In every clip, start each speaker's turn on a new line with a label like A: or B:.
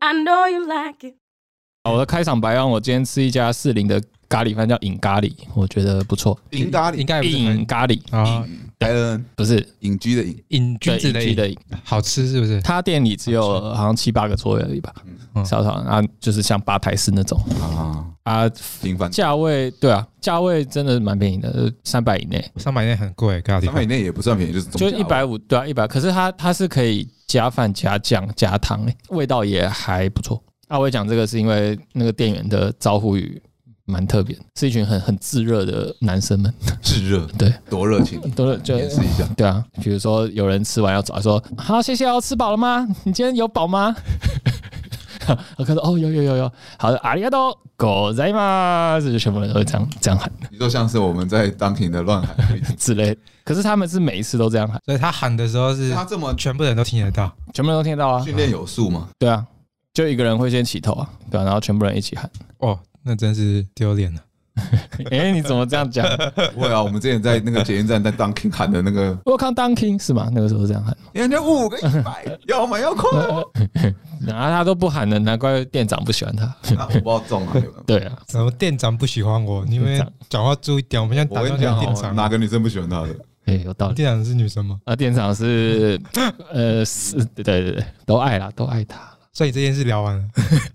A: I know you like it。
B: 好我的开场白啊让我今天吃一家士林的咖喱饭，叫饮咖喱，我觉得不错。
C: 银
D: 咖
C: 喱
D: 应哎该不是
B: 饮
D: 很
B: 咖喱
D: 啊，
C: 白人
B: 不是
C: 隐居的隐，
D: 瘾君
B: 对
D: 子的
B: 隐居
D: 瘾
B: 的饮，
D: 好吃是不是？
B: 他店里只有好像七八个座位而已吧，
D: 嗯
B: 少少啊，就是像吧台式那种
C: 啊，
B: 啊，
C: 平凡，
B: 价位对啊，价位真的蛮便宜的，三百以内，
D: 上百年很贵，咖喱
C: 三百以
D: 饭
C: 内也不算便宜，就是中
B: 就
C: 价
B: 一百五对啊，一百，可是它它是可以加饭加酱加汤、欸，味道也还不错。啊，我会讲这个是因为那个店员的招呼语蛮特别的，是一群很很炙热的男生们，
C: 炙热，
B: 对，
C: 多热情，
B: 都是就
C: 演示一下，
B: 对啊，比如说有人吃完要走，说好谢谢哦，吃饱了吗？你今天有饱吗？ 我看到哦，有有有有，好的，阿里嘎多，狗仔嘛，这就全部人都会这样这样喊
C: 你就像是我们在当庭的乱喊，
B: 之类的。可是他们是每一次都这样喊，
D: 所以他喊的时候是
C: 他 这么
D: 全部人都听得到。
B: 全部人都听到啊，
C: 训练有素吗？
B: 对啊，就一个人会先起头啊，对啊，然后全部人一起喊。
D: 哦，那真是丢脸了。
B: 哎、你怎么这样讲？
C: 不会啊，我们之前在那个捷运站在当庭喊的那个，
B: 我看 Dunking 是吗？那个时候这样喊，
C: 人家五个一百，要买要快，
B: 然后他都不喊了，难怪店长不喜欢他。
C: 那我不知道中啊，有没有
B: 对啊，
D: 怎么店长不喜欢我？你们
B: 店长
D: 讲话注意点，我们现在
C: 我
D: 打
C: 跟
D: 算
C: 你讲
D: 讲
C: 哦
D: 店，长。
B: 啊
C: 哪个女生不喜欢他的？
B: 哎、有道理。
D: 店长是女生吗？
B: 啊，店长是呃是，对对对，都爱啦，都爱他。
D: 所以这件事聊完了，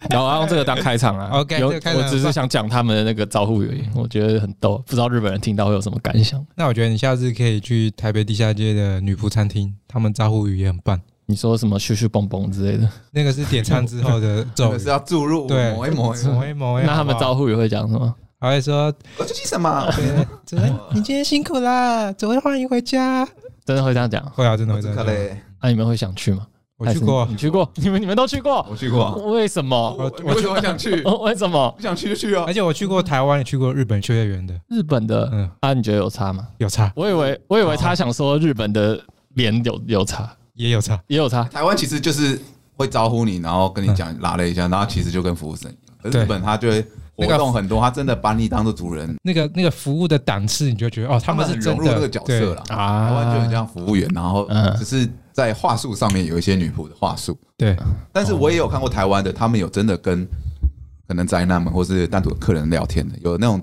B: 然后用这个当开场啊
D: OK，
B: 有
D: 这个开场
B: 我只是想讲他们的那个招呼语而已，我觉得很逗，不知道日本人听到会有什么感想。
D: 那我觉得你下次可以去台北地下街的女仆餐厅，他们招呼语也很棒。
B: 你说什么“嘘嘘蹦蹦”之类的，
D: 那个是点餐之 后的
C: 真
D: 咒
C: 的
D: 语
C: 是，要注入
D: 对，
C: 某一某一，
D: 某一某一，
B: 那他们
D: 好不好
B: 招呼语会讲什么？
D: 还会说
C: 我就去什么？
D: 主任，你今天辛苦啦，主任欢迎 回家。
B: 真的会这样讲？啊
D: 会啊，真的会
C: 哦这
D: 这
C: 个
D: 样讲。
C: 嘞，
B: 那、你们会想去吗？
D: 我去过
B: 还
D: 啊
B: 是你，你去过？你们你们都去过？
C: 我去过啊，
B: 为什么？
C: 我我为什么想去？
B: 哦为什么
C: 不想去就去啊
D: 而！且我去过台湾，也去过日本秋叶原的。
B: 日本的、
D: 嗯，
B: 啊？你觉得有差吗？
D: 有差，
C: 嗯
B: 我以为我以为他想说日本的脸有有差，
D: 也有差。
B: 也有差。
C: 台湾其实就是会招呼你，然后跟你讲拉了一下，然后其实就跟服务生一样。可是
D: 对
C: 日本他就会活动很多，他真的把你当做主人，
D: 那个那个服务的档次，你就觉得哦，他们
C: 很
D: 是真
C: 融入
D: 的
C: 这个角色啦。
B: 啊
C: 台湾就很像服务员，然后
B: 嗯
C: 只是在话术上面有一些女仆的话术。
D: 对，对
C: 但
B: 哦
C: 是我也有看过台湾的，他们有真的跟可能宅男们或是单独的客人聊天的，有那种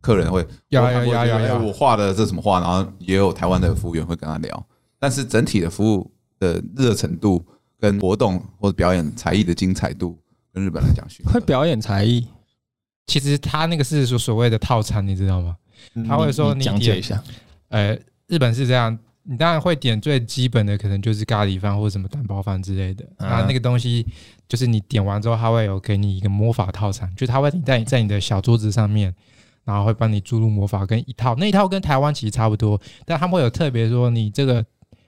C: 客人会
D: 有
C: 我看过
D: 有
C: 觉
D: 有
C: 得
D: 有
C: 哎
D: 有
C: 我画的这什么画，然后也有台湾的服务员会跟他聊，但是整体的服务的热程度跟活动或者表演才艺的精彩度，跟日本来讲逊色
B: 会表演才艺，
D: 其实他那个是所所谓的套餐，你知道吗？他会
B: 嗯
D: 说
B: 你
D: 你
B: 你讲解
D: 点
B: 一下。
D: 呃，日本是这样，你当然会点最基本的，可能就是咖喱饭或者什么蛋包饭之类的。
B: 嗯
D: 那那个东西就是你点完之后，他会有给你一个魔法套餐，就是他会在你在你的小桌子上面，然后会帮你注入魔法跟一套，那一套跟台湾其实差不多，但他们会有特别说你这个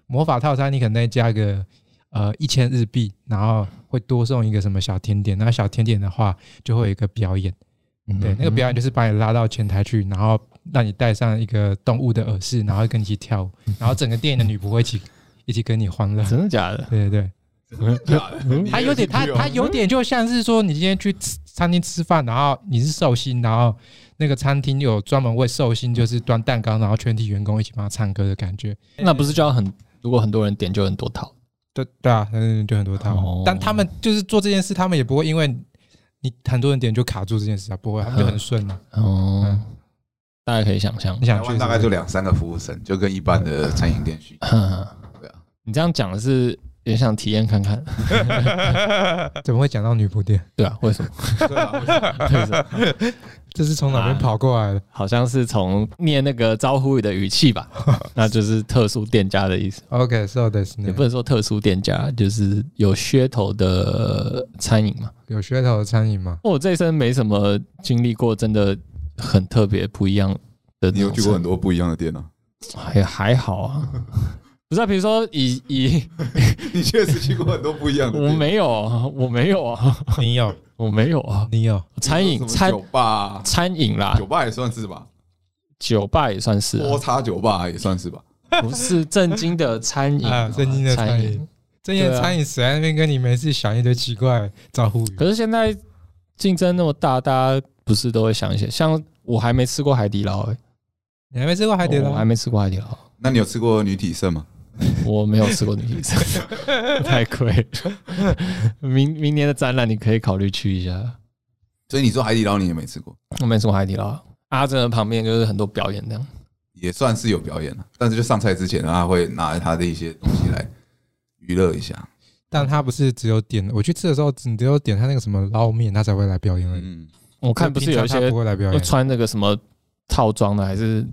D: 魔法套餐，你可能再加个。呃，一千日币，然后会多送一个什么小甜点，那小甜点的话就会有一个表演，
B: 嗯
D: 对，那个表演就是把你拉到前台去，然后让你戴上一个动物的耳饰，然后跟你一起跳舞，然后整个电影的女仆会一起一起跟你欢乐。
B: 真的假的？
D: 对对对，嗯
C: 你
D: 他有点
C: 啊
D: 他他有点就像是说，你今天去吃餐厅吃饭，然后你是寿星，然后那个餐厅有专门为寿星就是端蛋糕，然后全体员工一起帮他唱歌的感觉。
B: 那不是就要很，如果很多人点就很多套。
D: 对对啊，嗯，就很多套。
B: 哦
D: 但他们就是做这件事，他们也不会因为你很多人点就卡住这件事啊，不会，他们就很顺啊。
B: 哦、
D: 嗯
B: 大家可以想象
D: 你。
C: 台
D: 想去
C: 湾大概
D: 是
C: 就
D: 不是
C: 两三个服务生，就跟一般的餐饮店去。
B: 哼
C: 对啊，
B: 你这样讲的是也想体验看看，
D: 怎么会讲到女仆店？
B: 对啊？为什么？
C: 对 啊，
B: 为什么？
D: 这是从哪
B: 啊
D: 边跑过来的？
B: 好像是从念那个招呼语的语气 吧，那就是特殊店家的意思。
D: OK, so this
B: 也不能说特殊店家，就是有噱头的餐饮嘛。
D: 有噱头的餐饮吗？
B: 我这一生没什么经历过，真的很特别不一样的。
C: 你有去过很？多不一样的店啊？
B: 还还好 啊，不是、啊，比如说以以
C: 你确实去过很多不一 样的
B: 我
C: 店，
B: 没有啊，我没有啊，
D: 你有，
B: 我没有啊。
D: 你有，
B: 餐饮
C: 什么
B: 餐
C: 酒吧，啊
B: 餐饮啦
C: 酒，吧也算是吧，
B: 酒吧也算是啊、
C: 波叉酒吧也算是吧。
B: 不 是正经的餐饮
D: 啊，正经的餐饮。，正经的餐饮谁在那边跟你每次想一堆奇怪招呼语？
B: 可是现在竞争那么大，大家不是都会想一些？像我还没吃过海底捞、欸，哦
D: 你还没吃过海底
B: 我
D: 捞
B: 还？没吃过海底捞。
C: 那你有吃过女体盛吗？
B: 我没有吃过牛皮肠， 太贵了。明明年的展览你可以考虑去一下。
C: 所以你说海底捞你也没吃过，
B: 我没吃过海底捞，啊阿珍的旁边就是很多表演这样。
C: 也算是有表演了，啊但是就上菜之前，他会拿他的一些东西来娱乐一下。
D: 但他不是只有点，我去吃的时候只只有点他那个什么捞面，他才会来表演而已。
C: 嗯，
B: 我看不是有一
D: 平常他
B: 些
D: 不会来表
B: 会
D: 演，
B: 穿那个什么套装的，还是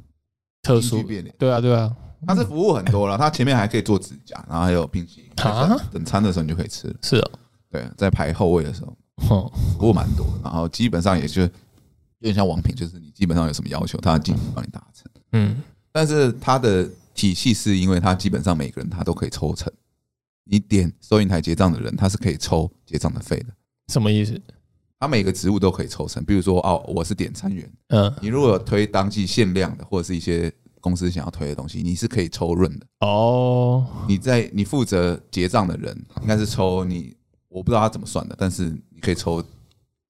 B: 特殊
C: 情绪？变脸，
B: 对啊，对啊，
C: 他是服务很多了，他前面还可以做指甲，然后还有冰淇淋。
B: 啊
C: 等餐的时候你就可以吃了。
B: 是哦
C: 对，在排后位的时候，
B: 哦，
C: 服务蛮多，然后基本上也就有点像王品，就是你基本上有什么要求，他尽力帮你达成。
B: 嗯，
C: 但是他的体系是因为他基本上每个人他都可以抽成，你点收银台结账的人，他是可以抽结账的费的。
B: 什么意思？
C: 他每个职务都可以抽成，比如说哦，我是点餐员，
B: 嗯，
C: 你如果有推当季限量的，或者是一些公司想要推的东西，你是可以抽润的。
B: 哦，
C: 你在你负责结账的人，
B: 嗯
C: 应该是抽你，我不知道他怎么算的，但是你可以抽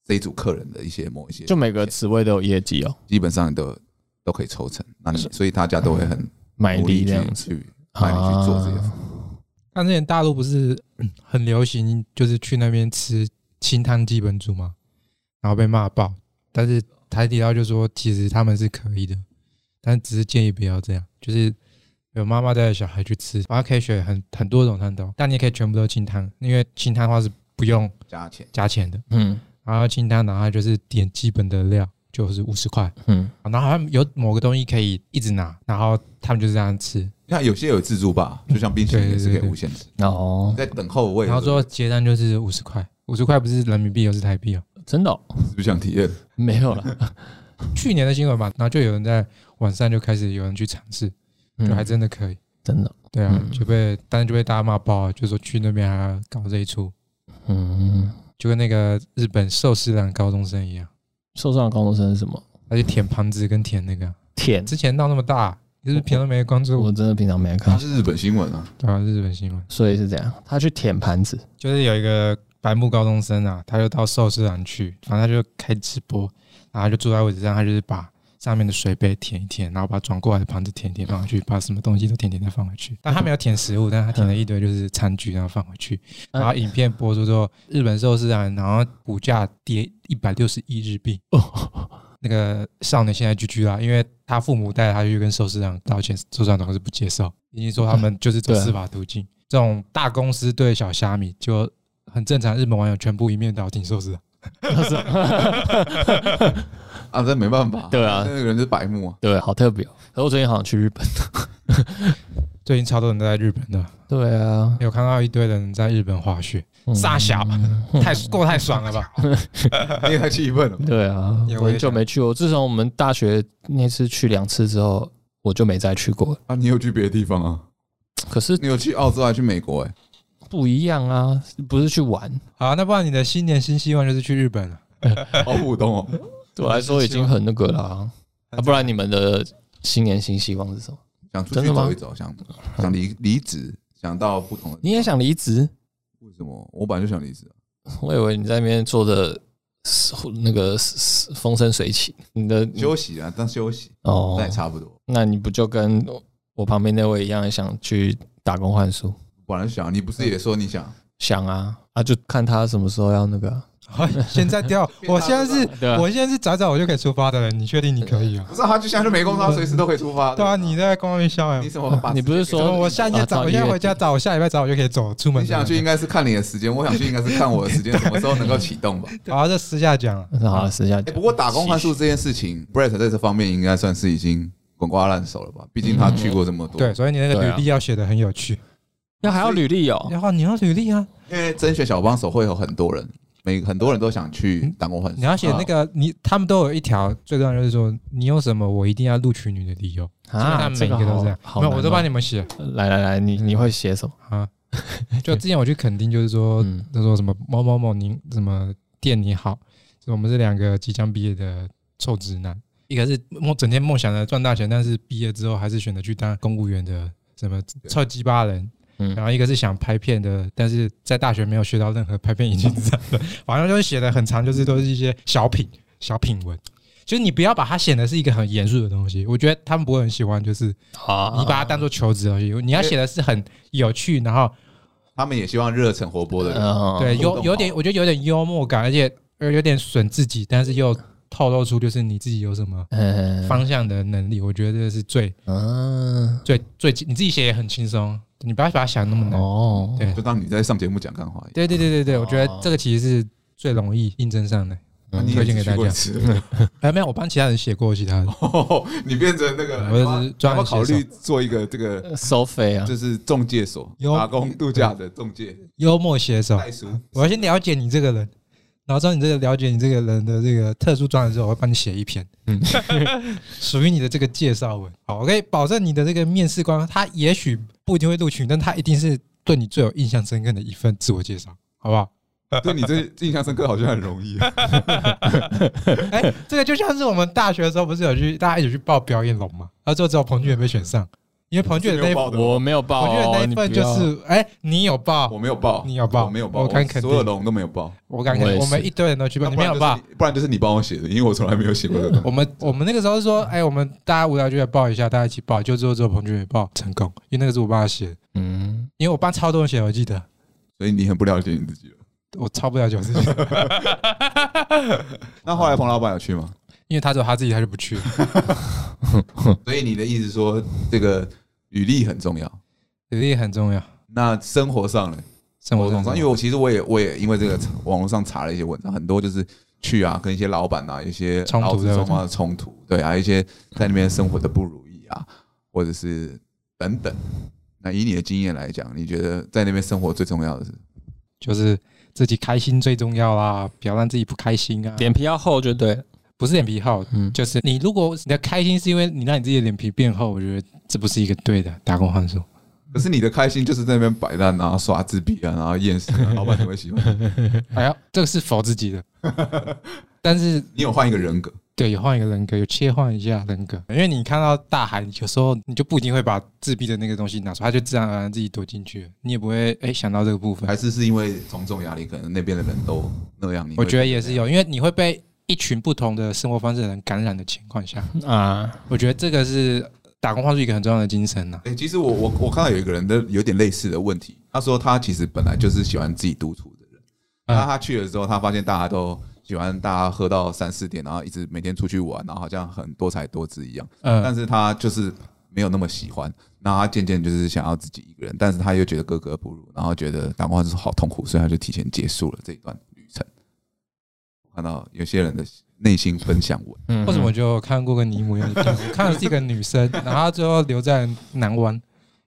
C: 这一组客人的一些某一些，
B: 就每个职位都有业绩哦，
C: 基本上都都可以抽成。那你所以大家都会很
B: 买
C: 努力
B: 力这啊
C: 去
B: 样子。
C: 去帮你去做这些服务。
D: 那之前大陆不是 嗯很流行，就是去那边吃清汤基本煮嘛，然后被骂爆。但是台底捞就说，其实他们是可以的，但只是建议不要这样，就是有妈妈带着小孩去吃，然后可以选很很多种汤头，但你也可以全部都清汤，因为清汤的话是不用
C: 加钱。
D: 加钱的。
B: 嗯
D: 然后清汤，然后它就是点基本的料，就是五十块，
B: 嗯，
D: 然后好像有某个东西可以一直拿，然后他们就这样吃，
C: 你看有些有自助吧，就像冰淇淋也是可以无限吃。
B: 哦
C: 你，在等候位的
D: 然
C: 时候，
D: 后最后结单就是五十块，五十块不是人民币，又是台币哦。
B: 真的哦
C: 是不是想体验？
B: 没有了，
D: 去年的新闻嘛，然后就有人在晚上就开始有人去尝试，就
B: 嗯
D: 还真的可以。
B: 真的，
D: 对啊，
B: 嗯
D: 就被但是就被大家骂爆啊，就说去那边还要搞这一出，
B: 嗯，
D: 就跟那个日本寿司郎高中生一样，
B: 受伤的高中生是什么？
D: 他就舔盘子跟舔那个啊，
B: 舔，
D: 之前闹那么大，你是不是平常没关注？
B: 我真的平常没
C: 它
B: 看，
C: 是日本新闻啊，
D: 对啊，日本新闻
B: 所以是这样，他去舔盘子，
D: 就是有一个白目高中生啊，他就到寿司郎去，然后他就开直播，然后他就坐在位置上，他就是把上面的水杯舔一舔，然后把转过来的盘子舔一舔放回去，把什么东西都舔舔再放回去。但他没有舔食物，但他舔了一堆就是餐具，然后放回去。
B: 嗯
D: 然后影片播出之后，日本寿司郎然后股价跌一百六十亿日币。
B: 哦，
D: 那个少年现在居居啦，因为他父母带他去跟寿司长道歉，寿司长总是不接受，已经说他们就是走
B: 对啊
D: 司法途径，这种大公司对小虾米就很正常。日本网友全部一面倒挺寿司郎，
C: 啊，这没办法。
B: 对啊
C: 那个人是白目啊。
B: 对，好特别哦。可是我最近好像去日本，
D: 最近超多人都在日本的，
B: 对啊，
D: 有看到一堆人在日本滑雪，
B: 嗯
D: 傻小，啊太够太爽了吧？
C: 你也太气愤 了吧。
B: 对啊
D: 也，我
B: 我
D: 也
B: 很久没去过。自从我们大学那次去两次之后，我就没再去过了。
C: 啊，你有去别的地方啊？
B: 可是
C: 你有去澳洲还去美 国、欸？
B: 不一样啊，不是去玩，
D: 好，那不然你的新年新希望就是去日本了。
C: 哎，好普通哦。
B: 对我来说已经很那个了啊。啊不然你们的新年新希望是什么？
C: 想出
B: 真
C: 去
B: 的吗
C: 走一走，想想离离职，想到不同的。
B: 你也想离职？
C: 为什么？我本来就想离职啊，
B: 我以为你在那边做的那个风生水起，你的
C: 休息啊，当休息，
B: 哦
C: 那，也差不多。
B: 那你不就跟我旁边那位一样想去打工换宿？
C: 本来想，你不是也说你想？
B: 想啊啊，就看他什么时候要那个啊、
D: 好现在 掉，我现在是，
B: 对啊，
D: 我现在是早早我就可以出发的人，你确定你可以啊？
C: 不是啊，他就现在就没工作，他随时都可以出发。
D: 对啊，你在公安笑哎
C: 你，怎么 把？
B: 你不是说
D: 怎么我下一天
B: 啊
D: 早，
B: 到
D: 我现
B: 一
D: 在
B: 月
D: 回家早，我下礼拜早我就可以走出门。
C: 你
B: 啊
C: 想去应该是看你的时间，我想去应该是看我的时间什么时候能够启动吧。
D: 好，这私下讲了。
B: 那好了，私下
C: 哎，
B: 讲
C: 不。过打工换宿这件事情，Brett 在这方面应该算是已经滚瓜烂熟了吧？毕竟他去过这么多。
D: 嗯对，，所以你那个
B: 对
D: 履
B: 啊
D: 历要写的很有趣，
B: 那还要履历哦，
D: 然后你要履历啊，
C: 因为甄选小帮手会有很多人，每很多人都想去打工换宿
D: 嗯
C: 啊
D: 你。要写
B: 啊
D: 那个你他们都有一条，最重要就是说你有什么我一定要录取你的理由，
B: 啊，
D: 基本
B: 这
D: 上每个都
B: 好
D: 这样。
B: 好
D: 没
B: 难
D: 有，
B: 哦，
D: 我都帮你们写
B: 来来来，你你会写什么？
D: 啊。就之前我去垦丁，就是说
B: 嗯
D: 他说什么某某某您什么店你好，就我们是两个即将毕业的臭直男，一个是梦整天梦想着赚大钱，但是毕业之后还是选择去当公务员的什么臭鸡巴人，
B: 嗯
D: 然后一个是想拍片的，但是在大学没有学到任何拍片引进知识的，反正就是写的很长，就是都是一些小品小品文。就是你不要把它显得是一个很严肃的东西，我觉得他们不会很喜欢。就是
B: 啊
D: 你把它当做求职的东西，你要写的是很有趣，然后
C: 他们也希望热忱活泼的人。
B: 嗯
D: 对
C: 互
D: 有
C: 动
D: 有
C: 好
D: 点，我觉得有点幽默感，而且呃有点损自己，但是又透露出就是你自己有什么
B: 嗯
D: 方向的能力。我觉得这是最
B: 嗯
D: 最最你自己写也很轻松，你不要把它想那么难。
B: 哦，
D: 对
C: 就当你在上节目讲干话一样。
D: 对对对对对，我觉
B: 哦
D: 得这个其实是最容易应征上的。
C: 啊你也
D: 嗯推荐
C: 只
D: 给
C: 去
D: 大
C: 过一
D: 家
C: 次
D: 哎，没有，我帮其他人写过其
C: 哦
D: 他的。
C: 你变成那个，
D: 嗯我就是专
C: 要不要考
D: 门写嗯
C: 虑做一个这个，
B: 收费啊，
C: 就是中介所，
D: 有嗯
C: 打工度假的中介
D: 幽默写手，
C: 代书。
D: 我要先了解你这个人，然后知道你这个了解你这个人的这个特殊专栏之后，我会帮你写一篇，
B: 嗯
D: 属于你的这个介绍文。好，我可以保证你的这个面试官，他也许不一定会录取，但他一定是对你最有印象深刻的一份自我介绍，好不好？
C: 对你这印象深刻，好像很容 易。
D: 哎、这个就像是我们大学的时候，不是有去大家一起去报表演龙嘛，然后最后只有彭俊远被选上，因为彭俊远那
C: 没
D: 一
C: 有报
D: 份
C: 的，
B: 我没有报
D: 彭俊远那
B: 哦，
D: 一
B: 你
D: 份
B: 不
D: 就
B: 要
D: 是，哎、你有报，
C: 我没有报，
D: 你有报
C: 我没有报，
D: 我看
C: 我
D: 肯定
C: 所有龙都没有报，
D: 我感
B: 我也是
D: 觉我们一堆人都去报，你没有
C: 不然。就是
D: 报
C: 你，不然就是你帮我写的，因为我从来没有写过这个东 西。
D: 我们我们那个时候是说，哎、我们大家无聊就来报一下，大家一起报，就最后只有彭俊远报成功，因为那个是我帮他写的，
B: 嗯，
D: 因为我帮超多人写的，我记得
C: 所以你很不了解你自己了。
D: 我超不了解我自己，
C: 那后来彭老板有去吗？
D: 因为他只有他自己，他就不去 了。
C: 所以你的意思说，这个履历很重要。
D: 履历很重要，
C: 那生活上呢？
D: 生活
C: 活
D: 中
C: 动上，因为我其实我也我也因为这个查网络上查了一些文章，很多就是去啊跟一些老板啊一些
D: 冲突
C: 劳资
D: 对吧
C: 双方的冲突，对啊，一些在那边生活的不如意啊，或者是等等。那以你的经验来讲，你觉得在那边生活最重要的是？
D: 就是自己开心最重要啦，不要让自己不开心啊。
B: 脸皮要厚就对了，
D: 不是脸皮厚，
B: 嗯
D: 就是你如果你的开心是因为你让你自己的脸皮变厚，我觉得这不是一个对的打工换数。
C: 可是你的开心就是在那边摆烂啊、耍自闭啊，然后厌世、 啊，老板才会喜欢你。
D: 哎呀，这个是否自 己的，但是
C: 你有换一个人格，
D: 对，有换一个人格，有切换一下人格，因为你看到大海，有时候你就不一定会把自闭的那个东西拿出来，它就自然而然自己躲进去了，你也不会哎、想到这个部分
C: 还。是是因为种种压力，可能那边的人都那样？你
D: 我觉得
C: 得
D: 也是有，因为你会被一群不同的生活方式的人感染的情况下，
B: 啊，
D: 我觉得这个是打工换宿一个很重要的精神啊呐、
C: 哎、其实我我我看到有一个人的有点类似的问题，他说他其实本来就是喜欢自己独处的人，
D: 嗯
C: 那他去了之后，他发现大家都喜欢大家喝到三四点，然后一直每天出去玩，然后好像很多才多姿一样，但
D: 嗯，
C: 是他就是没有那么喜欢，那他渐渐就是想要自己一个人，但是他又觉得格格不入，然后觉得打工是好痛苦，所以他就提前结束了这一段旅程。我看到有些人的内心分享文，
B: 嗯
D: 为什么我就看过个尼姆样的片？我看的是一个女生，然后她最后留在南湾，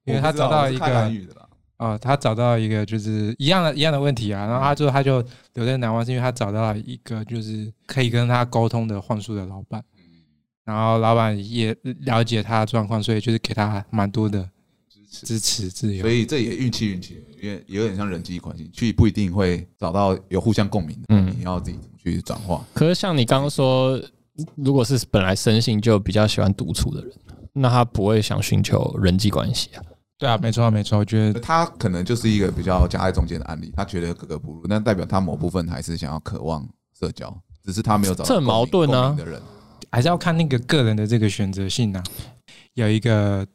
D: 因为她找到一
C: 我不知道我是看
D: 个
C: 韩语的啦
D: 哦，他找到一个就是一样的一样的问题啊，然后他就他就留在南湾，是因为他找到了一个就是可以跟他沟通的幻术的老板，然后老板也了解他的状况，所以就是给他蛮多的支持自由
C: 所。以这也运气运气，因为有点像人际关系，去不一定会找到有互相共鸣的，
B: 嗯
C: 你要自己怎么去转化。
B: 可是像你刚刚说，如果是本来生性就比较喜欢独处的人，那他不会想寻求人际关系啊。
D: 对啊，没错啊没错，我觉得
C: 他可能就是一个比较夹在中间的案例，他觉得格格不入，那代表他某部分还是想要渴望社交，只是他没有找到
B: 这很矛盾啊
C: 共鸣的人，
D: 还是要看那个个人的这个选择性啊，有一个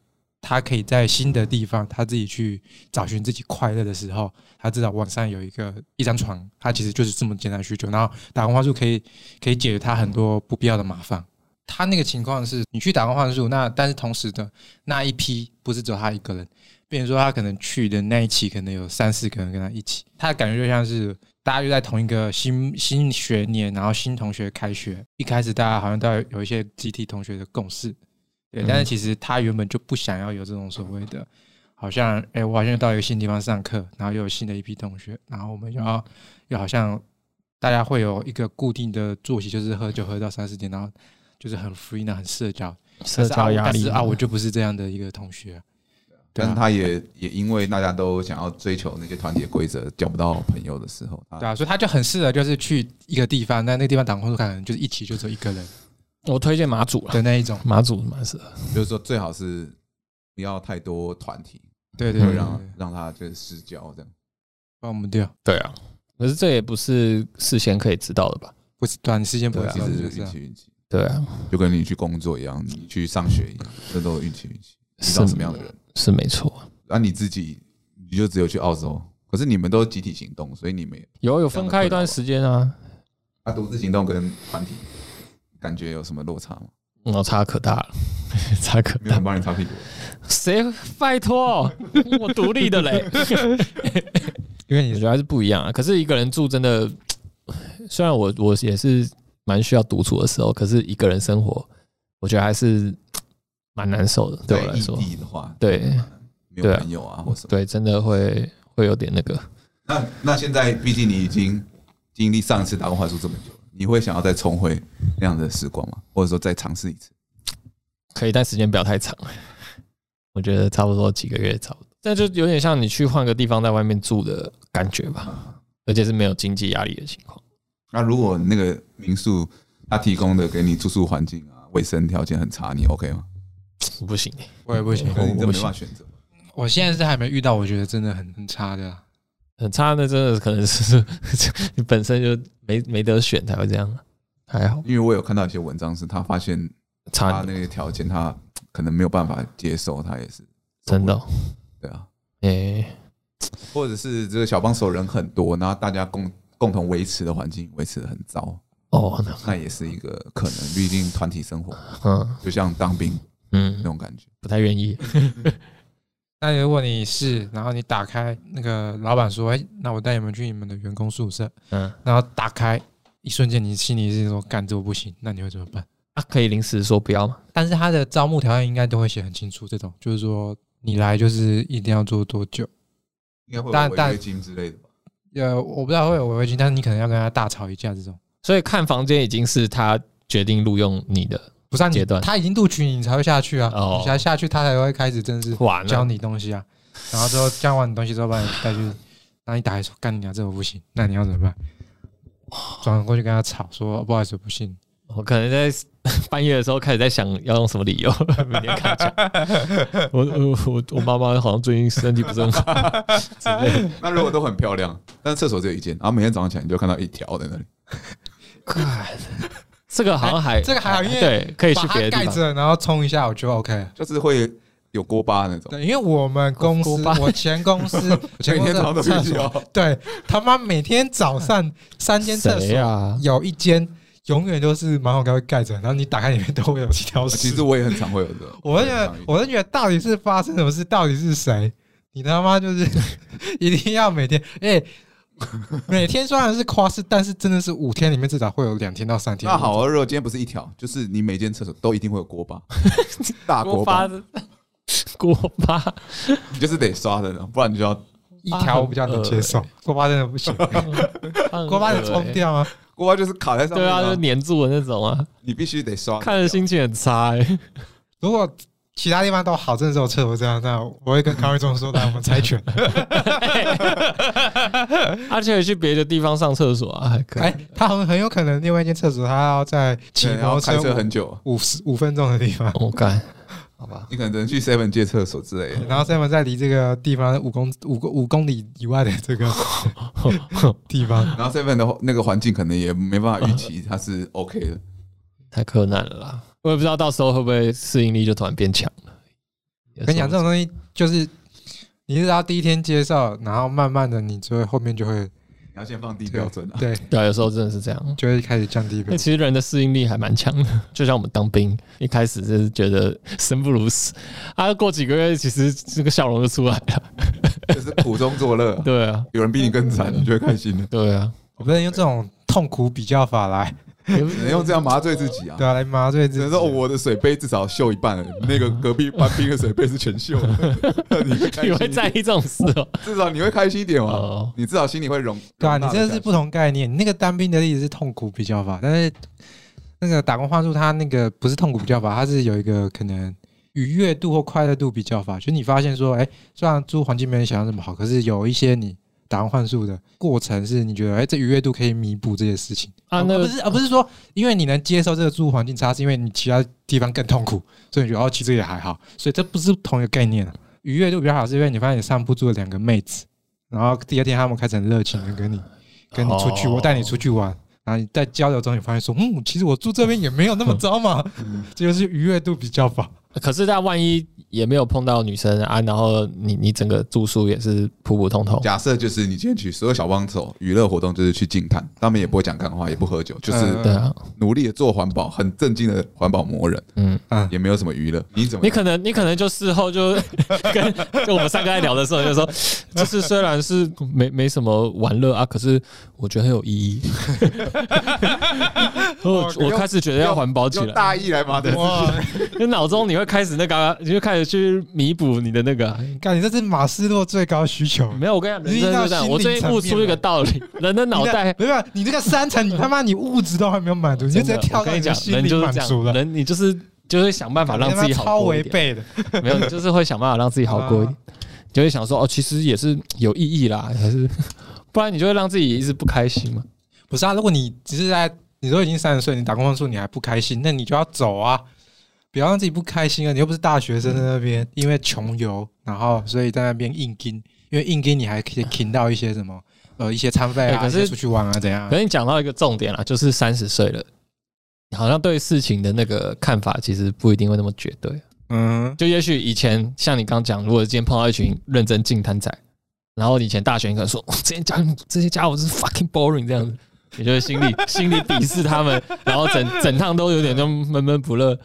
D: 他可以在新的地方他自己去找寻自己快乐的时候，他至少晚上有一个一张床，他其实就是这么简单的需求。然后打工换宿可以可以解决他很多不必要的麻烦。他那个情况是你去打工换宿，那但是同时的那一批不是只有他一个人，比如说他可能去的那一期可能有三四个人跟他一起，他的感觉就像是大家就在同一个新新学年，然后新同学开学，一开始大家好像都有有一些集体同学的共识，对，
B: 嗯
D: 但是其实他原本就不想要有这种所谓的好像哎、诶我好像到一个新地方上课，然后又有新的一批同学，然后我们
B: 嗯
D: 又要又好像大家会有一个固定的作息，就是喝酒喝到三四点，然后就是很 free 呢，很社交，
B: 社交压
D: 但
B: 力
D: 是啊我但是啊，我就不是这样的一个同学啊、对
C: 但
D: 啊
C: 是他也也因为大家都想要追求那些团体规则，交不到朋友的时候，他
D: 对啊，所以他就很适合就是去一个地方，那那个地方打工度可能就是一起就只有一个人
B: 我推荐马祖了，
D: 的那一种。
B: 马祖蛮适合。
C: 就是说最好是不要太多团体，
D: 对对对
C: 会
D: 对，
C: 让
D: 对
C: 让他就是失焦这样。
D: 帮我们掉，
B: 对啊，可是这也不是事先可以知道的吧？
D: 不是短时间不
C: 对
D: 会
C: 啊，
D: 知
C: 其
D: 道
C: 实
D: 就
C: 就是
D: 这
C: 运
D: 样
C: 气运气。
B: 对啊，
C: 就跟你去工作一样，你去上学一样，这都有运气运气，遇到
B: 是
C: 什么样的人，
B: 是没错。
C: 那、你自己你就只有去澳洲，可是你们都集体行动，所以你们也
B: 有有分开一段时间啊，
C: 啊独自行动跟团体感觉有什么落差吗？
B: 我哦差可大了， 差可
C: 没有
B: 大
C: 人。帮你擦屁股，
B: 谁拜托？ 我独立的 嘞，
D: 因为你
B: 我
D: 是
B: 觉得还是不一样啊。可是一个人住真的，虽然我我也是蛮需要独处的时候，可是一个人生活，我觉得还是蛮难受的。对我来说
C: 在，异地的话，
B: 对
C: 没
B: 对
C: 有
B: 啊
C: 朋友啊或什么。
B: 对，真的会会有点那个。
C: 那那现在毕竟你已经经历上一次打工换宿这么久了，你会想要再重回那样的时光吗？或者说再尝试一次？
B: 可以，但时间不要太长。 我觉得差不多几个月差不多，但就有点像你去换个地方在外面住的感觉吧，而且是没有经济压力的情况。
C: 那如果那个民宿它提供的给你住宿环境啊、卫生条件很差，你 OK 吗？
B: 不行，欸
D: 我也不行
B: 我
C: 可是你这
B: 不
C: 没
B: 行
C: 办法选择。
D: 我现在是还没遇到，我觉得真的很很差的、啊。
B: 很差的，真的可能是 你本身就没没得选才会这样。啊还好，
C: 因为我有看到一些文章，是他发现他
B: 差
C: 那个条件，他可能没有办法接受，他也是
B: 真的哦，
C: 对啊，
B: 诶、
C: 或者是这个小帮手人很多，然后大家共共同维持的环境维持的很糟，
B: 哦，
C: 那也是一个可能。毕竟团体生活
B: 嗯
C: 就像当兵那
B: 嗯，
C: 种感觉。
B: 不太愿意。
D: 那如果你是，然后你打开那个老板说：“哎、那我带你们去你们的员工宿舍。
B: 嗯”
D: 然后打开，一瞬间你心里是说：“干这我不行。”那你会怎么办？
B: 啊，可以临时说不要吗？
D: 但是他的招募条件应该都会写很清楚，这种就是说你来就是一定要做多久。
C: 应该会
D: 但
C: 有违
D: 但
C: 约金之类的吧？
D: 呃，我不知道会有违约金，但是你可能要跟他大吵一架这种。
B: 所以看房间已经是他决定录用你的，
D: 不是、啊、你
B: 阶段
D: 他已经录取你，你才会下去啊。
B: 哦
D: 你才下去，他才会开始正式
B: 哇，那
D: 教你东西啊，然后之后教完你东西之后把你带去，然后你打开说干你娘这我不行，那你要怎么办？转过去跟他吵说哦不好意思我不行，
B: 我可能在 半夜的时候开始在想要用什么理由明天开讲。我我我我妈妈好像最近身体不是很好之类 的，
C: 那如果都很漂亮，但厕所只有一间，然后每天早上起来你就看到一条在那里，
B: 这个好像还
D: 哎这个还好因为
B: 对可以去
D: 把它
B: 别的
D: 盖
B: 地方。
D: 着然后冲一下我就 OK 了。
C: 就是会有锅巴那种，
D: 对，因为我们公
B: 锅
D: 司
B: 巴，
D: 我前公司， 我前
C: 每
D: 公
C: 天
D: 司
C: 早上
D: 的
C: 都
D: 厕
C: 睡
D: 所，
C: 觉。
D: 对他妈每天早上三间厕
B: 谁
D: 所，
B: 啊？
D: 有一间永远都是马桶盖会盖着，然后你打开里面都会有几条
C: 其
D: 屎
C: 实。我也很常会有这种，
D: 我就
C: 也
D: 觉
C: 很
D: 得
C: 常遇，到
D: 我就觉得，到底是发生什么事？到底是谁？你他妈就是 一定要每天，哎、 每天虽然是夸饰，但是真的是五天里面至少会有两天到三天。
C: 那好，啊，如果今天不是一条，就是你每间厕所都一定会有锅巴，大锅巴，
B: 的锅巴，
C: 你就是得刷的呢，不然你就要
D: 一条我比较能接受，锅
C: 欸
D: 巴真的不行， 锅巴能冲掉吗？
C: 锅巴就是卡在上
B: 对
C: 面
B: 啊，
C: 啊，
B: 就粘住的那种啊，
C: 你必须得刷。
B: 看着心情很差 哎。
D: 如果其他地方都好，真的只有厕所这样，那我会跟高一中说，来我们 猜拳。
B: 而且啊去别的地方上厕所啊，还可
D: 哎、
B: 以。
D: 他很很有可能另外一间厕所，他要在骑
C: 对然后
D: 摩托
C: 开车
D: 车
C: 很久，
D: 五五十五分钟的地方。
B: 我哦干，好吧，
C: 你可能只能去 Seven 借厕所之类的。
D: 然后 Sam 在离这个地方五公五公五公里以外的这个地方，
C: 然后 Seven 的那个环境可能也没办法预期它是 OK 的，
B: 太困难了啦。我也不知道到时候会不会适应力就突然变强了。
D: 我跟你讲，这种东西就是你知道第一天接受，然后慢慢的你就会后面就会
C: 你要先放低标准啊。
D: 对，
B: 对啊，有时候真的是这样。
D: 就会开始降低标
B: 那
D: 准。
B: 其实人的适应力还蛮强的，就像我们当兵一开始就是觉得生不如死，啊，过几个月其实这个笑容就出来了。
C: 就是苦中作乐啊。
B: 对啊，
C: 有人比你更惨，你就会开心的。
B: 对啊，
D: 我不能用这种痛苦比较法来
B: 也不
C: 只能用这样麻醉自己啊。
D: 对啊来麻醉
C: 只
D: 自己
C: 能。说哦我的水杯至少锈一半，那个隔壁班兵的水杯是全锈的。 你会开心
B: 你
C: 一
B: 会
C: 点
B: 在意这种事哦、
C: 至少你会开心一点嘛
B: 哦？
C: 你至少心里会容。
D: 对啊，
C: 容纳
D: 你这
C: 得
D: 是
C: 下
D: 不同概念。你那个单兵的例子是痛苦比较法，但是那个打工换宿它那个不是痛苦比较法，它是有一个可能愉悦度或快乐度比较法。就是你发现说，哎、虽然住环境没你想象那么好，可是有一些你打工换宿的过程是你觉得，哎、这愉悦度可以弥补这些事情。
B: 啊，那
D: 哦而不
B: 个
D: 是而不是说，因为你能接受这个住环境差，是因为你其他地方更痛苦，所以你觉得哦，其实也还好，所以这不是同一个概念啊。愉悦度比较好，是因为你发现你上铺住了两个妹子，然后第二天她们开始很热情的跟你跟你出去，
B: 哦
D: 我带你出去玩，然后你在交流中，你发现说，嗯，其实我住这边也没有那么糟嘛，
B: 嗯
D: 这就是愉悦度比较高。
B: 可是但万一也没有碰到女生啊，然后你你整个住宿也是普普通通，
C: 假设就是你今天去所有小帮手娱乐活动就是去净滩，他们也不会讲干话，也不喝酒，就是
D: 嗯
B: 对啊，
C: 努力的做环保，很正经的环保魔人，
B: 嗯。
D: 嗯，
C: 也没有什么娱乐。你怎么
B: 你可能你可能就事后 就跟就我们三个在聊的时候就说，就是虽然是没没什么玩乐啊，可是我觉得很有意 义。我
D: 哦
B: 我开始觉得要环保起
C: 用
B: 来，
C: 大意来吗？对，
D: 哇，
B: 就脑中你会开始那个啊，你就开始去弥补你的那个啊。
D: 感觉嗯这是马斯洛最高需求。
B: 没有，我跟你讲，人生就是这样。我最近悟出一个道理，人的脑袋
D: 没有，你这个三层，你他妈你物质都还没有满足，你就直接跳
B: 我
D: 到
B: 跟
D: 你
B: 你
D: 的
B: 讲，
D: 心
B: 人
D: 灵
B: 就是
D: 满
B: 这
D: 足
B: 样，
D: 了，
B: 人你就是就会想办法让自己
D: 他妈
B: 好
D: 超
B: 过
D: 违
B: 一点。
D: 背的。
B: 没有，你就是会想办法让自己好过一
D: 啊
B: 点，就会想说哦，其实也是有意义啦，还是 不然你就会让自己一直不开心嘛。
D: 不是啊，如果你只是在你都已经三十岁，你打工换宿你还不开心，那你就要走啊，不要让自己不开心啊！你又不是大学生在那边，因为穷游，然后所以在那边硬盯，因为硬盯你还可以听到一些什么呃一些餐费啊，
B: 哎可是哎
D: 一些出去玩啊怎样
B: 可？是你讲到一个重点啦，啊就是三十岁了，好像对事情的那个看法其实不一定会那么绝对。
D: 嗯，
B: 就也许以前像你刚讲，如果今天碰到一群认真进摊仔，然后你以前大学你可能说， 哦这些家这些家伙真是 fucking boring 这样子，你就会心里 心里鄙视他们，然后整整趟都有点就闷闷不乐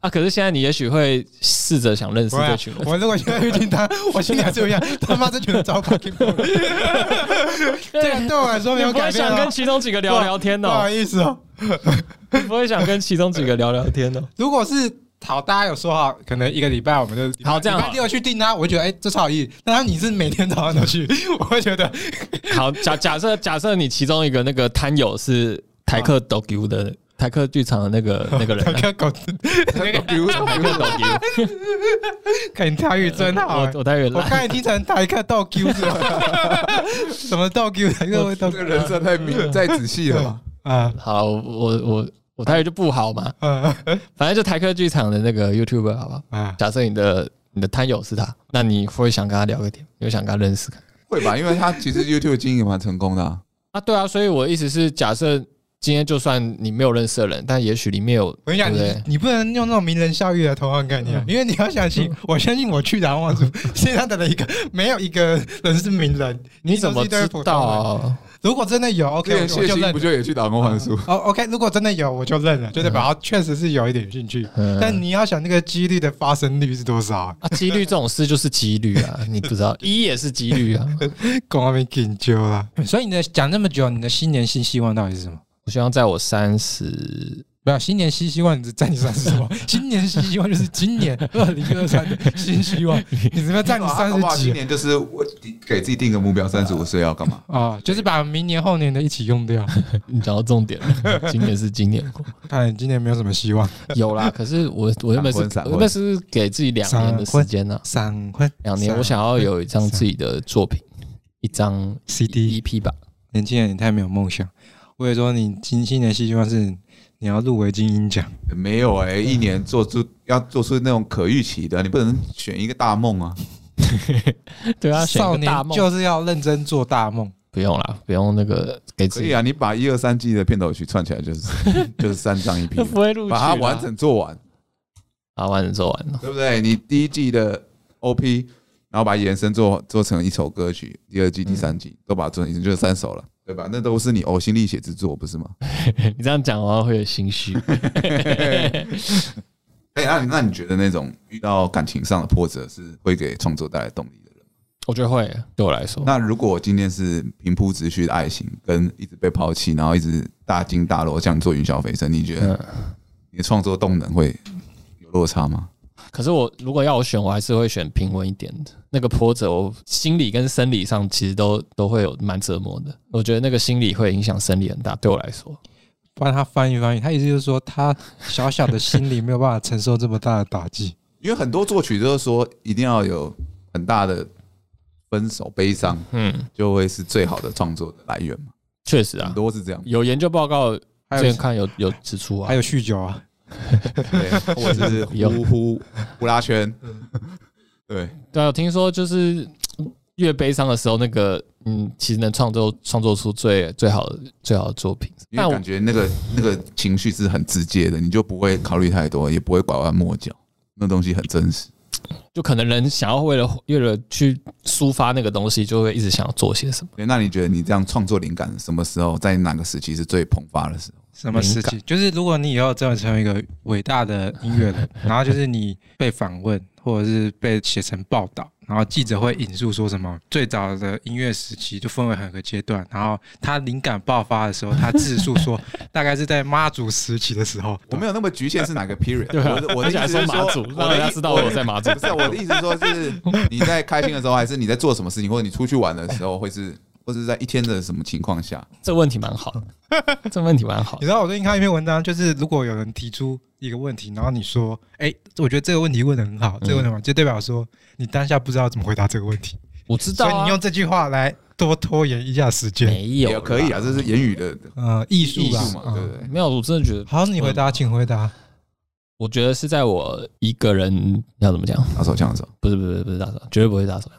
B: 啊。可是现在你也许会试着想认识
D: 不会
B: 这
D: 啊
B: 群人，
D: 我如果现在去 听他，我心里还是有一样，他妈这群人糟糕，这个对我来说
B: 啊你
D: 没有
B: 不
D: 改
B: 会
D: 变
B: 想跟
D: 哦。
B: 其中几个聊聊天
D: 不
B: 哦
D: 好，意思哦，
B: 你不会想跟其中几个聊聊 天哦。
D: 如果是好，大家有说好，可能一个礼拜我们就
B: 好这样
D: 礼
B: 好
D: 拜六去订啊，我会觉得哎、这是好意。但是你是每天早上 都去，我会觉得
B: 好，假假设假设你其中一个那个摊友是台客 d o g 的台客剧场的那个那个人
D: 看
B: 啊，
D: 看狗 子，
C: 比如说
B: 台客 d o g
D: 看你台语真好、
B: 我
D: 哎
B: 我太远
D: 我
B: 了
D: 刚。才听成台客倒 Q 是吧？什么倒 Q？台客会倒
C: 这个人生太明太仔细了吧？
D: 啊
B: 好，我我我台语就不好嘛，
D: 啊
B: 反正就台客剧场的那个 YouTuber 好吧。
D: 啊！
B: 假设你的你的摊友是他，那你会想跟他聊个天，你会想跟他认识看
C: 会吧？因为他其实 YouTube 经营蛮成功的啊，
B: 啊？对啊，所以我的意思是，假设今天就算你没有认识的人，但也许里面有，
D: 我跟你讲，
B: 对不对嗯
D: 你你不能用那种名人效应来同样概念，因为你要相信，我相信我去 打望族，现在的一个没有一个人是名人，
B: 你怎
D: 都
B: 么
D: 是一堆
B: 知
D: 普
B: 道
D: 通人
B: 啊？
D: 如果真的有
C: 之
D: ，OK，
C: 前
D: 我
C: 谢
D: 就
C: 欣
D: 认
C: 不。就也去打工换 宿？
D: 哦，OK，如果真的有，我就认了，就代表他确实是有一点兴趣。
B: 嗯
D: 但你要想那个几率的发生率是多少啊？
B: 啊，几率这种事就是几率啊，你不知道，一也是几率啊。
D: 公安没研究啦。所以你的讲这么久，你的新年新希望到底是什么？
B: 我希望在我三十，
D: 不要，新年新希望，你在你算是 什么？新年新希望就是今 年二零二三新希望，你怎么在你三
C: 他搞不好
D: 十
C: 今
D: 几
C: 年就是我给自己定个目标，三十五岁要干嘛？
D: 啊？就是把明年后年的一起用掉。
B: 你讲到重点了，今年是今年。
D: 看来你今年没有什么希望。
B: 有啦，可是我我原本是
C: 闪婚闪
B: 我原
C: 婚
B: 本是给自己两年的时间呢、啊
D: 闪婚
B: 两年我想要有一张自己的作品，一张
D: CD
B: EP 吧。
D: 年轻人，你太没有梦想。我也说你新新年新希望是你要入围金鹰奖。
C: 没有哎、一年做出要做出那种可预期的，你不能选一个大梦啊。
B: 对啊，选
D: 少
B: 一个
D: 年
B: 大梦
D: 就是要认真做大梦。
B: 不用啦，不用那个给自
C: 可以
B: 己，
C: 啊，你把一二三季的片头曲串起来，就是 就是三张一批
B: 那，不会录取
C: 把
B: 啦，
C: 它完整做完，
B: 把它完整做完了。
C: 对不对？你第一季的 OP，然后把延伸做做成一首歌曲，第二季、第三
B: 嗯
C: 季都把它做成一首，就是三首了，对吧？那都是你呕心沥血之作，不是吗？
B: 你这样讲的话会有心虚。
C: 哎，
B: 啊
C: 那你那你觉得那种遇到感情上的波折是会给创作带来动力的人？
B: 我觉得会对我来说，
C: 那如果今天是平铺直叙的爱情，跟一直被抛弃，然后一直大惊大落这样做云霄飞车，你觉得
B: 嗯，
C: 你的创作动能会有落差吗？
B: 可是我如果要我选，我还是会选平稳一点的。那个波折，我心理跟生理上其实都都会有蛮折磨的。我觉得那个心理会影响生理很大，对我来说。
D: 帮他翻译翻译，他意思就是说，他小小的心里没有办法承受这么大的打 击。
C: 因为很多作曲都是说一定要有很大的分手悲伤，
B: 嗯，
C: 就会是最好的创作的来源嘛，
B: 确实
C: 很
B: 啊，
C: 多是这样。
B: 有研究报告
D: 还
B: 之
D: 有
B: 前看有有指出啊
D: 还，有酗酒啊，
C: 对，或者是
B: 有嗯
C: 呼呼呼啦圈，对，
B: 对啊，我听说就是越悲伤的时候，那个嗯，其实能创作创作出最最好的最好的作品。
C: 因为
B: 但我
C: 感觉那个那个情绪是很直接的，你就不会考虑太多，也不会拐弯抹角，那东西很真实。
B: 就可能人想要为了为了去抒发那个东西，就会一直想要做些什么。
C: 对那你觉得你这样创作灵感什么时候，在哪个时期是最迸发的时候？
D: 什么事
B: 敏
D: 情？就是如果你以后真的成为一个伟大的音乐 人，然后就是你被访问，或者是被写成报道，然后记者会引述说什么最早的音乐时期就分为很个阶段，然后他灵感爆发的时候，他自述说 大概是在妈祖时期的时候。
C: 我没有那么局限是哪个 period，
B: 对啊
C: 我的我的
B: 而
C: 意
B: 且还
C: 思是
B: 说马祖
C: 说，
B: 让大家知道我在马祖
C: 不是啊我的意思是说，是 你在开心的时候，还是你在做什么事情，或者你出去玩的时候，会是，或者是在一天的什么情况下？
B: 这问题蛮好 的，这问题蛮好的。
D: 你知道我最近看一篇文章，就是如果有人提出一个问题，然后你说：“哎、我觉得这个问题问的很好，这个问题很好就代表说你当下不知道怎么回答这个问题，
B: 我知道、
D: 所以
B: 啊，
D: 你用这句话来多拖延一下时间。
B: 没有嗯
C: 也可以啊，这是言语的
D: 呃，艺术
C: 艺
D: 吧，
C: 术
B: 啊
C: 嘛，
D: 嗯
C: 对嗯不对？
B: 没有，我真的觉得，
D: 好，你回答，请回答。
B: 我觉得是在我一个人要怎么讲？
C: 打手枪的时候，
B: 不是不是不是打手，绝对不会打手。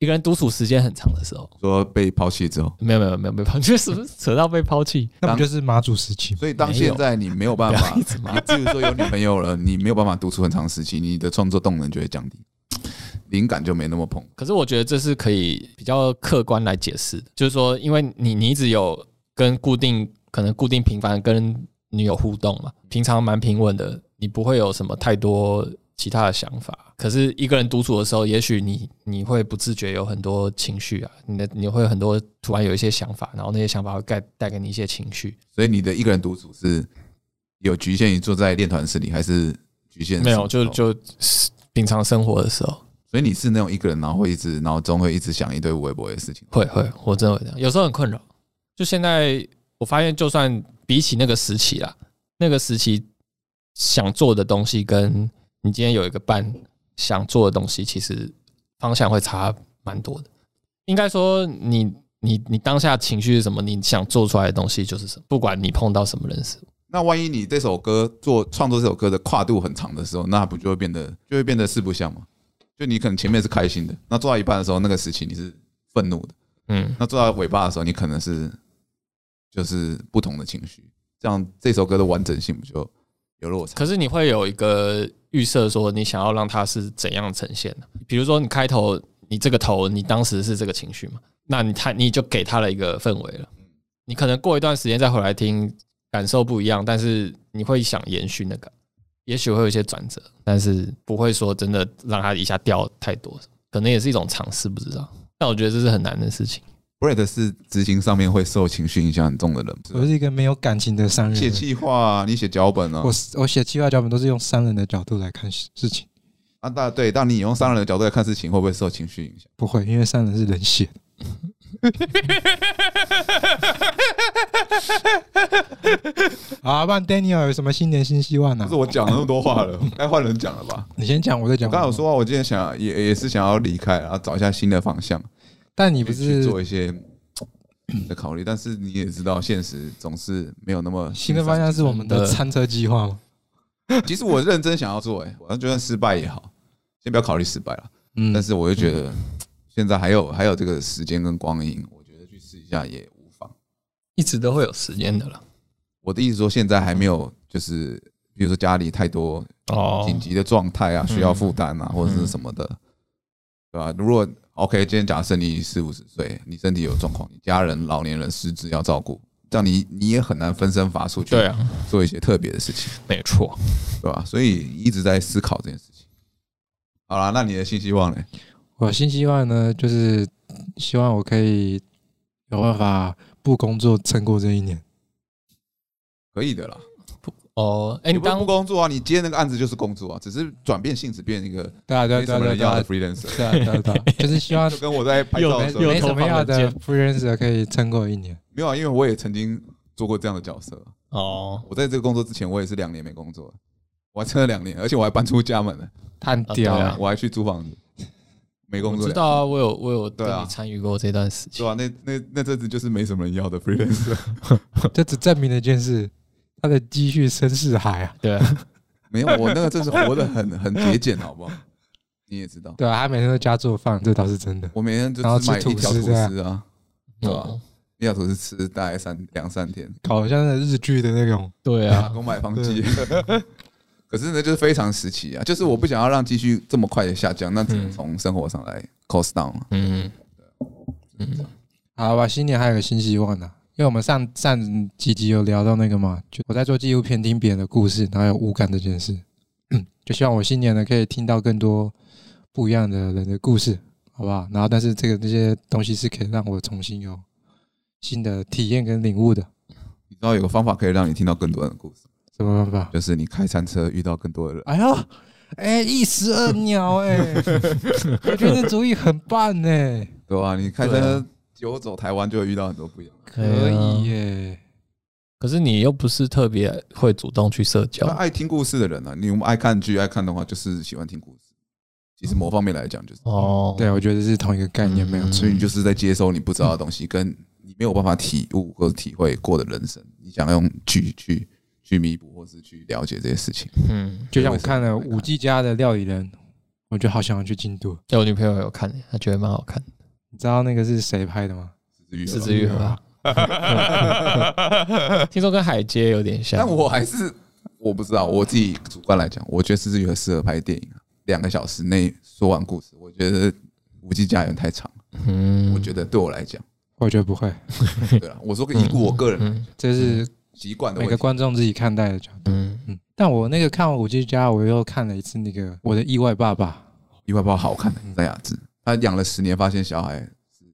B: 一个人独处时间很长的时候，
C: 说被抛弃之后，
B: 没有没有没有被抛弃，就是扯到被抛弃，
D: 那
C: 当
D: 不就是马祖时期吗？
C: 所以当
B: 没有
C: 现在你没有 办
B: 不
C: 法
B: 要一，直骂
C: 你。比如说有女朋友了，你没有办法独处很长时期，你的创作动能就会降低，灵感就没那么碰。
B: 可是我觉得这是可以比较客观来解释的，就是说，因为你你一直有跟固定可能固定频繁跟女友互动嘛，平常蛮平稳的，你不会有什么太多其他的想法。可是一个人独处的时候，也许你你会不自觉有很多情绪啊，你的你会有很多突然有一些想法，然后那些想法会带带给你一些情绪。
C: 所以你的一个人独处是有局限于坐在练团室里，还是局限
B: 没有，
C: 什么
B: 就
C: 时候
B: 就平常生活的时候，
C: 所以你是那种一个人，然后会一直脑中会一直想一堆微博的事情。
B: 会会，我真的会这样，有时候很困扰。就现在，我发现，就算比起那个时期啦，那个时期想做的东西，跟你今天有一个伴想做的东西，其实方向会差蛮多的。应该说你，你你当下情绪是什么，你想做出来的东西就是什么，不管你碰到什么人事物，
C: 那万一你这首歌做创作这首歌的跨度很长的时候，那不就会变得就会变得四不像吗？就你可能前面是开心的，那做到一半的时候，那个时期你是愤怒的，
B: 嗯，
C: 那做到尾巴的时候，你可能是就是不同的情绪，这样这首歌的完整性不就有落差？
B: 可是你会有一个预设，说你想要让它是怎样呈现的？比如说你开头，你这个头，你当时是这个情绪嘛？那你它你就给它了一个氛围了。你可能过一段时间再回来听，感受不一样，但是你会想延续那个，也许会有一些转折，但是不会说真的让它一下掉太多，可能也是一种尝试，不知道。但我觉得这是很难的事情。
C: Brad 是执行上面会受情绪影响很重的人，
D: 我是一个没有感情的商
C: 写
D: 人。
C: 企划、啊，你写脚本啊
D: 我，我写计划脚本都是用商人的角度来看事事情，
C: 啊，大对，当你用商人的角度来看事情，会不会受情绪影响？
D: 不会，因为商人是人写的。 好啊，不然 Daniel 有什么新年新希望呢、
C: 不是我讲了那么多话 了，该换人讲了吧？
D: 你先讲，我再讲。
C: 我刚才有，说啊，我今天想也也是想要离开，然后找一下新的方向，
D: 但你
C: 你
D: 嗯不
C: 去
D: 是
C: 做一些 的考虑，但是你也知道，现实总是没有那么
D: 新的方向是我们的
B: 呃
D: 餐车计划吗？
C: 向。其实我认真想要做、欸，哎，我就算失败也好，先不要考虑失败了。
D: 嗯
C: 但是我就觉得现在还有还有这个时间跟光阴，我觉得去试一下也无妨。
B: 一直都会有时间的了。
C: 我的意思说，现在还没有就是比如说家里太多
B: 哦
C: 紧急的状态
D: 嗯
C: 啊，需要负担啊，或者是什么的，对吧、如果 OK，今天假设你四五十岁，你身体有状况，你家人、老年人失智要照顾，这样你你也很难分身乏术去
B: 对啊，
C: 做一些特别的事情，
B: 没错。
C: 对吧、所以一直在思考这件事情。好啦，那你的新希望呢？
D: 我新希望呢，就是希望我可以有办法不工作撑过这一年。
C: 可以的啦，
B: 哦，哎、
C: 你
B: 你
C: 不是
B: 当
C: 不工作啊，你接那个案子就是工作啊，只是转变性质，变一个
D: 对啊，对啊，
C: 没
D: 对
C: 什
D: 啊，
C: 么
D: 对啊
C: 人
D: 对
C: 要
D: 啊
C: 的，freelancer，
D: 对啊，对啊，对啊，就是希望
C: 就跟我在拍照的时
B: 又
C: 候
D: 没什
B: 投
D: 么
B: 放
D: 样
B: 冷
D: 的
B: 箭
D: freelancer 可以撑过一年。
C: 没有啊，因为我也曾经做过这样的角色。
B: 哦，
C: 我在这个工作之前，我也是两年没工作，我还撑了两年，而且我还搬出家门了，
D: 探
B: 啊
D: 屌
B: 对
D: 啊
B: 啊！
C: 我还去租房子，没工
B: 我
C: 作
B: 知。道啊，我有我有
C: 对
B: 跟
C: 啊
B: 你参与过这段时
C: 是
B: 期。
C: 吧？那那那阵子就是没什么人要的 freelancer，
D: 这只证明了一件事，他的积蓄深似海啊！
B: 对啊，
C: 没有，我那个阵子活得很很节俭，好不好？你也知道，
D: 对啊，他每天都家做饭，这倒是真的。
C: 我每天就
D: 然后
C: 只买
D: 吃吐
C: 一条
D: 司
C: 吐
D: 这样
C: 司啊，对啊
B: 哦，
C: 一条吐司吃大概三两三天，
D: 搞像那日剧的那种，
B: 对
C: 打
B: 啊，
C: 工买房机。 可是呢，就是非常时期啊，就是我不想要让积蓄这么快的下降，那只
D: 嗯
C: 能从生活上来 cost down 了。
B: 嗯嗯，
D: 好吧，新年还有个新希望呢、因为我们上上几集有聊到那个嘛，就我在做纪录片，听别人的故事，然后有无感这件事，嗯就希望我新年呢可以听到更多不一样的人的故事，好不好？然后，但是这个这些东西是可以让我重新有新的体验跟领悟的，
C: 你知道有个方法可以让你听到更多人的故事，
D: 什么办法？
C: 就是你开餐车遇到更多的人。
D: 哎呦，哎、一石二鸟、 哎，我觉得这主意很棒哎、
C: 对啊，你开
B: 对啊
C: 车游走台湾就会遇到很多不一样的。
B: 可
D: 可以啊哎
B: 以。
D: 耶、
B: 可是你又不是特别会主动去社交
C: 那，爱听故事的人呢、啊，你我们爱看剧、爱看的话，就是喜欢听故事。其实某方面来讲，就是，
B: 哦，
D: 对，我觉得是同一个概念，没有
B: 嗯
D: 错
C: 所以你就是在接收你不知道的东西，跟你没有办法体悟或者体会过的人生，你想用剧去去弥补或是去了解这些事情。
B: 嗯，
D: 就像我看了五 G 家的料理人，我就好想要去京都。
B: 哎我女朋友有看，她觉得蛮好看的，
D: 你知道那个是谁拍的吗？
B: 四肢愈合啊。 听说跟海街有点像，
C: 但我还是我不知道，我自己主观来讲，我觉得四肢愈合适合拍电影啊，两个小时内说完故事，我觉得。无极家园太长了，
B: 嗯
C: 我觉得对我来讲，
D: 我觉得不会，
C: 对啊，我说个以我个人
B: 嗯
D: 这是
C: 习惯的
D: 每
C: 问
D: 个
C: 题，
D: 观众自己看待的角度。
B: 嗯，
D: 嗯，但我那个看完《五 G 家》，我又看了一次那个《我的意外爸爸
C: 意外不好看的张雅芝，她养了十年，发现小孩》，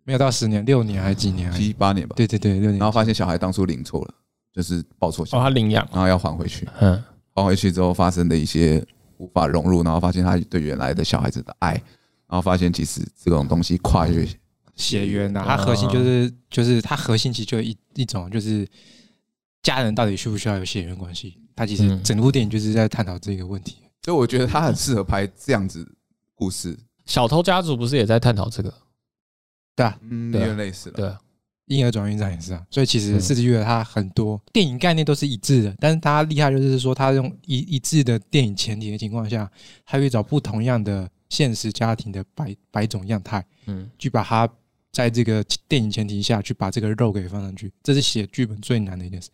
D: 没有到十年，六年还是几年而已？
C: 七八年吧，
D: 对对对，六年
C: 然。后发现小孩当初领错了，就是抱错小
B: 哦，她
C: 孩，
B: 领养，
C: 然后要还回去，
B: 嗯
C: 还回去之后发生的一些无法融入，然后发现他对原来的小孩子的爱，然后发现其实这种东西跨越
B: 啊
D: 血缘呐、它核心就是就是它核心其实就一一种就是家人到底需不需要有血缘关系？它其实
B: 嗯
D: 整部电影就是在探讨这个问题。
C: 所以我觉得他很适合拍这样子故事，
B: 小偷家族不是也在探讨这个？
C: 嗯，有
B: 对啊
C: 点类似了。
B: 对啊，
D: 婴儿转运站也是啊，所以其实
B: 嗯
D: 四肢愈合它很多电影概念都是一致的，但是它厉害就是说它用一一致的电影前提的情况下，它会找不同样的现实家庭的百百种样态，
B: 嗯
D: 去把它在这个电影前提下去把这个肉给放上去，这是写剧本最难的一件事，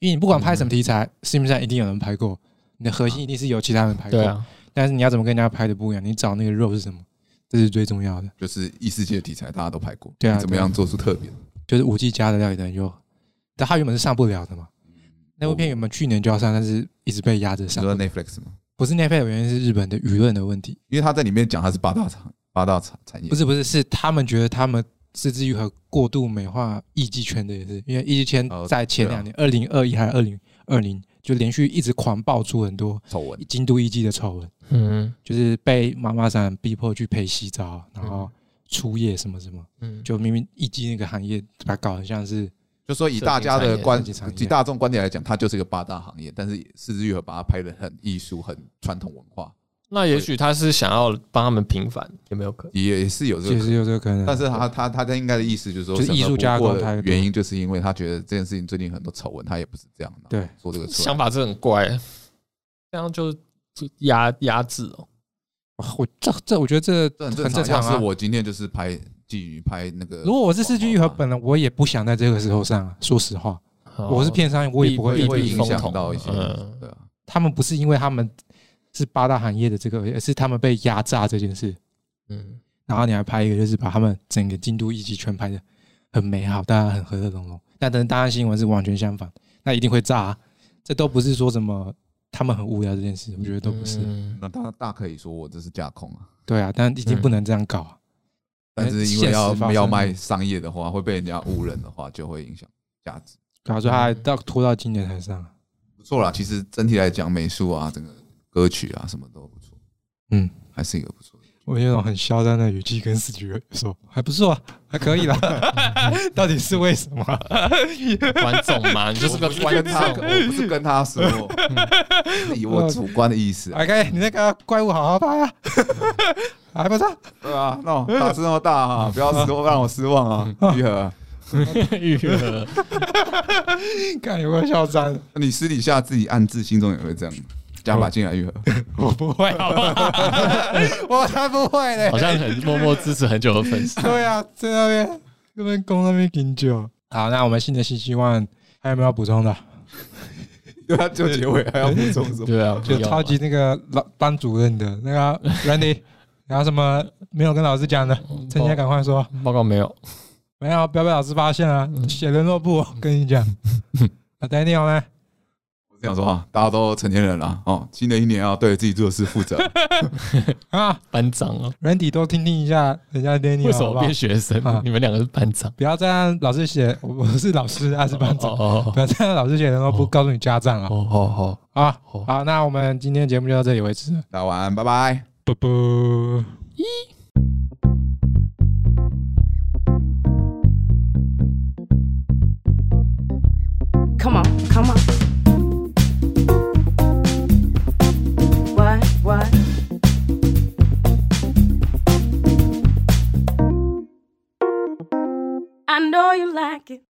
D: 因为你不管拍什么题材，市面上一定有人拍过，你的核心一定是有其他人拍过，
B: 对啊，
D: 但是你要怎么跟人家拍的不一样，你找那个肉是什么，这是最重要的。
C: 就是异世界的题材，大家都拍过，
D: 对啊
C: 你怎么样做出特别？
D: 就是五 G 加的料理人就，但他原本是上不了的嘛。那部片原本去年就要上，但是一直被压着
C: 你
D: 上
C: 说。Netflix 吗？
D: 不是 n e t f 的原因是日本的舆论的问题，
C: 因为他在里面讲他是八大产八大产产业，
D: 不是不是是他们觉得他们自制愈合过度美化艺伎圈的也是，因为艺伎圈
C: 哦
D: 在前
C: 对啊
D: 两年，二零二一还是二零二零，就连续一直狂爆出很多
C: 丑闻，
D: 京都艺伎的丑闻，
B: 嗯
D: 就是被妈妈桑逼迫去陪洗澡，啊然
C: 嗯
D: 后初夜什么什么，
B: 嗯，
D: 就明明艺伎那个行业把它搞得像是
C: 就说以大家的观
D: 设计产业
C: 以大众观点来讲，它就是一个八大行业，但是四肢愈合把它拍的很艺术、很传统文化，
B: 那也许他是想要帮他们平反，有没有可能？
C: 也也是有这
D: 就
C: 个
D: 是有这个可能。
C: 但是他他他他应该的意思就是说，
D: 就是艺术家
C: 审核
D: 公
C: 不
D: 开
C: 过
D: 的
C: 的原因，就是因为他觉得这件事情最近很多丑闻，他也不是这样的，
D: 对，
C: 说这个出来
B: 想法是很怪，这样就就压压制哦。
D: 哇我这这，我觉得这
C: 这很
D: 很
C: 正
D: 正常
C: 常。要
D: 啊
C: 是。我今天就是拍妓女拍那个，
D: 如果我是四 G 愈合本人，我也不想在这个时候上啊。说实话，我是片商，我也不
B: 避
D: 会
B: 避
C: 哦会
B: 避
C: 影
B: 风
C: 响
B: 头
C: 到一些
B: 嗯，
C: 对啊，
D: 他们不是因为他们是八大行业的这个，而是他们被压榨这件事。
B: 嗯
D: 然后你还拍一个，就是把他们整个京都一级全拍的很美好，大家很和乐融融。那等大家新闻是完全相反，那一定会炸、啊。这都不是说什么他们很无聊这件事，我觉得都不是。
B: 嗯
C: 那他大可以说我这是架空啊，
D: 对啊，但一定不能这样搞啊。
C: 但是因为
D: 现实发生
C: 要
D: 的
C: 要卖商业的话，会被人家误认的话，就会影响价值。
D: 对啊，所以他还到拖到今年才上啊。
C: 不错啦，其实整体来讲，美术啊，整个歌曲啊，什么都不错，
D: 嗯，
C: 还是一个不错的。
D: 我有种很嚣张的语气跟四局说，还不错啊，还可以 啦。到底是为什么？啊
B: 观众 嘛，你就是个观
C: 跟他，
B: 众。
C: 我不是跟他说， 是以我主观的意思啊
D: OK，你那哎个怪物好好拍 啊，还不错。
C: 对啊，那我打字那么大啊，不要失望，让我失望啊，玉和。
D: 看有没有嚣张？
C: 那你私底下自己暗自心中也会这样加把劲来啊愈合，
D: 我不会，好不好 我才不会嘞
B: 啊好。像很默默支持很久的粉丝。
D: 对啊，在那边那边攻那边饮酒。好，那我们新的新希望还有没有要补充的？
C: 对啊，就结尾还要补充 什 么？
B: 对啊，不
D: 就
B: 要
D: 超级那个老班主任的那个啊 Randy，然后什么没有跟老师讲的，
B: 嗯
D: 趁现在赶快说，
B: 报告没有，
D: 没有，不要被老师发现啊！
B: 嗯
D: 写联络簿，跟你讲。啊，丹尼好呢？
C: 我想说啊，大家都成年人了哦，新的一年要对自己做的事负责。
D: 啊
B: 班长啊，
D: ，Randy 多听听一下人家 Danny
B: 为什
D: 好
B: 么
D: 不好
B: 变？学生
D: 啊？
B: 你们两个是班长，
D: 不要再让老师写，我我是老师，他是班长。
B: 哦
D: 不要再让老师写联络簿，告诉你家长
B: 哦
D: 啊！
B: 哦哦
D: 啊，
B: 哦哦，
D: 好，那我们今天节目就到这里为止了，
C: 大家晚安，拜拜。
D: 啵啵。
A: Come on, come on. What, what? I know you like it.